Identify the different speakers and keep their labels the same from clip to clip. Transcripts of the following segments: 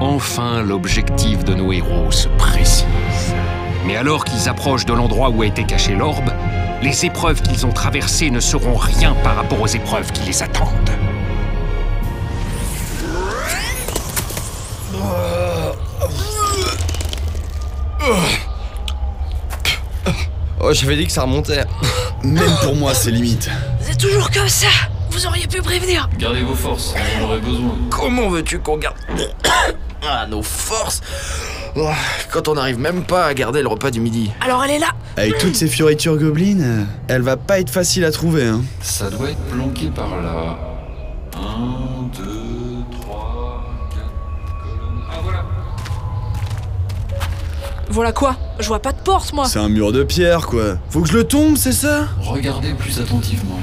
Speaker 1: Enfin, l'objectif de nos héros se précise. Mais alors qu'ils approchent de l'endroit où a été caché l'orbe, les épreuves qu'ils ont traversées ne seront rien par rapport aux épreuves qui les attendent.
Speaker 2: Oh, j'avais dit que ça remontait.
Speaker 3: Même pour moi, c'est limite.
Speaker 4: C'est toujours comme ça Vous auriez pu prévenir
Speaker 5: Gardez vos forces, on en aurait besoin.
Speaker 2: Comment veux-tu qu'on garde ah, nos forces Oh, Quand on n'arrive même pas à garder le repas du midi.
Speaker 4: Alors elle est là
Speaker 3: Avec toutes ces fioritures gobelines, euh, elle va pas être facile à trouver. Hein.
Speaker 5: Ça doit être planqué par là. 1, 2, 3, 4 colonnes. Ah voilà
Speaker 4: Voilà quoi Je vois pas de porte, moi
Speaker 3: C'est un mur de pierre, quoi. Faut que je le tombe, c'est ça
Speaker 5: Regardez plus attentivement.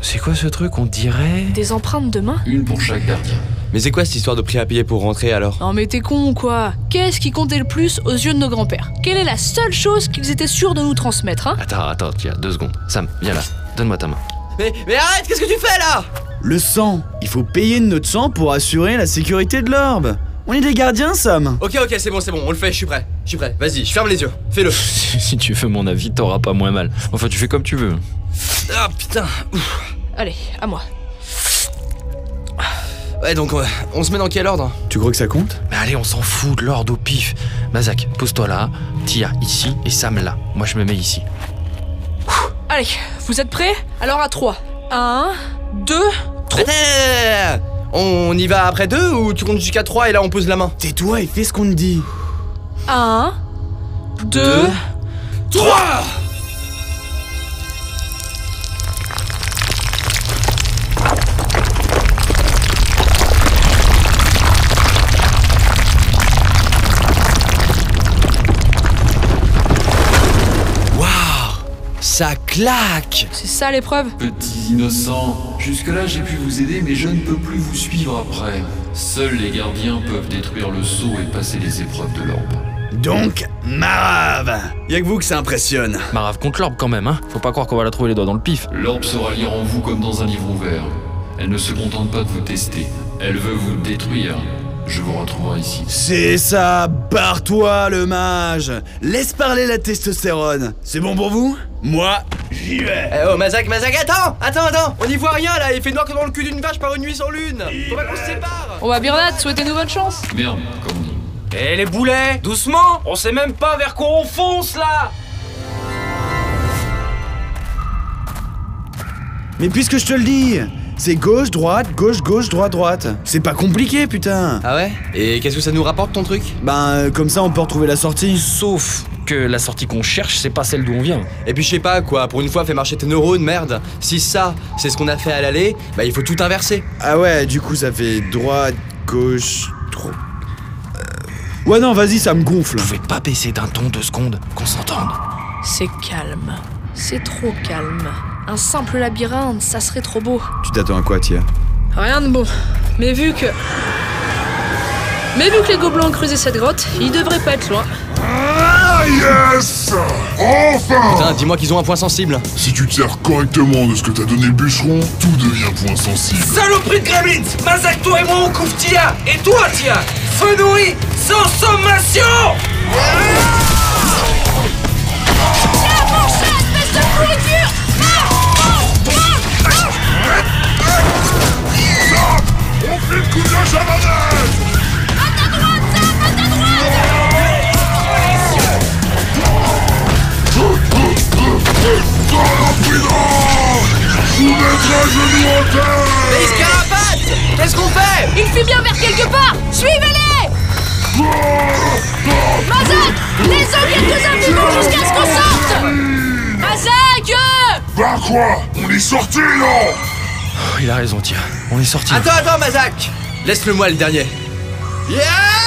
Speaker 2: C'est quoi ce truc, on dirait
Speaker 4: Des empreintes de main
Speaker 5: Une pour chaque gardien.
Speaker 6: Mais c'est quoi cette histoire de prix à payer pour rentrer alors
Speaker 4: Non mais t'es con ou quoi Qu'est-ce qui comptait le plus aux yeux de nos grands-pères Quelle est la seule chose qu'ils étaient sûrs de nous transmettre, hein
Speaker 6: Attends, attends, tiens, deux secondes. Sam, Ah, viens là, donne-moi ta main. Mais, mais
Speaker 2: ah,
Speaker 6: arrête, qu'est-ce que tu fais là
Speaker 3: Le sang. Il faut payer de notre sang pour assurer la sécurité de l'orbe. On est des gardiens, Sam.
Speaker 2: Ok, ok, c'est bon, c'est bon, on le fait, je suis prêt. Je suis prêt, vas-y, je ferme les yeux, fais-le.
Speaker 6: Si tu veux mon avis, t'auras pas moins mal. Enfin, tu fais comme tu veux.
Speaker 2: Ah putain
Speaker 4: Allez, à moi.
Speaker 2: Ouais, donc euh, on se met dans quel ordre
Speaker 3: Tu crois que ça compte
Speaker 6: Mais allez, on s'en fout de l'ordre au pif. Mazak, pose-toi là, Tia ici et Sam là. Moi, je me mets ici.
Speaker 4: Allez, vous êtes prêts Alors à 3. 1, 2,
Speaker 2: Attends, attends, attends, attends. On y va après deux ou tu comptes jusqu'à trois et là on pose la main
Speaker 3: Tais-toi et fais ce qu'on te dit.
Speaker 4: 1, 2,
Speaker 2: Trois Waouh Ça claque
Speaker 4: c'est ça l'épreuve
Speaker 5: Petits innocents, jusque-là j'ai pu vous aider, mais je ne peux plus vous suivre après. Seuls les gardiens peuvent détruire le sceau et passer les épreuves de l'orbe.
Speaker 3: Donc, marave Y'a que vous que ça impressionne.
Speaker 6: Marave contre Bah, l'orbe quand même, hein. Faut pas croire qu'on va la trouver les doigts dans le pif.
Speaker 5: L'orbe saura lire en vous comme dans un livre ouvert. Elle ne se contente pas de vous tester, elle veut vous détruire. Je vous retrouverai ici.
Speaker 3: C'est ça, barre-toi le mage Laisse parler la testostérone C'est bon pour vous Moi, j'y vais
Speaker 2: Eh oh Mazak, Mazak, attends Attends, attends On n'y voit rien là, il fait noir comme dans le cul d'une vache par une nuit sans lune Faut pas qu'on se sépare
Speaker 4: On va bah, Birnat, souhaitez-nous bonne chance
Speaker 5: Merde, comme on dit.
Speaker 7: Eh les boulets, doucement On sait même pas vers quoi on fonce là
Speaker 3: Mais puisque je te le dis, c'est gauche, droite, gauche, gauche, droite, droite. C'est pas compliqué, putain
Speaker 2: Ah ouais Et qu'est-ce que ça nous rapporte ton truc
Speaker 3: Ben, euh, comme ça, on peut retrouver la sortie.
Speaker 6: Sauf que la sortie qu'on cherche, c'est pas celle d'où on vient.
Speaker 2: Et puis je sais pas quoi, pour une fois fais marcher tes neurones, merde. Si ça, c'est ce qu'on a fait à l'aller, bah il faut tout inverser.
Speaker 3: Ah ouais, du coup, ça fait droite, gauche, droite. Euh, Ouais, non, vas-y, ça me gonfle.
Speaker 6: Vous pouvez pas baisser d'un ton deux secondes, qu'on s'entende.
Speaker 4: C'est calme. C'est trop calme. Un simple labyrinthe, ça serait trop beau.
Speaker 3: Tu t'attends à quoi, Tia
Speaker 4: Rien de bon. Mais vu que. Mais vu que les gobelins ont creusé cette grotte, ils devraient pas être loin.
Speaker 2: Putain,
Speaker 7: Oh.
Speaker 2: dis-moi qu'ils ont un point sensible.
Speaker 8: Si tu te sers correctement de ce que t'a donné le bûcheron, tout devient point sensible.
Speaker 7: Saloperie de Gremlins Mazak, toi et moi on couvre Tia Et toi Tia Feu nourri Sans sommation
Speaker 8: On fait le coup de la javanade
Speaker 2: Les carapaces Qu'est-ce qu'on fait
Speaker 4: Il fuit bien vers quelque part Suivez-les Mazak Les hommes quelques instants jusqu'à ce qu'on sorte Mazak euh
Speaker 8: Bah quoi On est sorti non
Speaker 6: Oh, il a raison, tiens. On est sorti.
Speaker 2: Attends, attends, Mazak Laisse-le moi le dernier. Yeah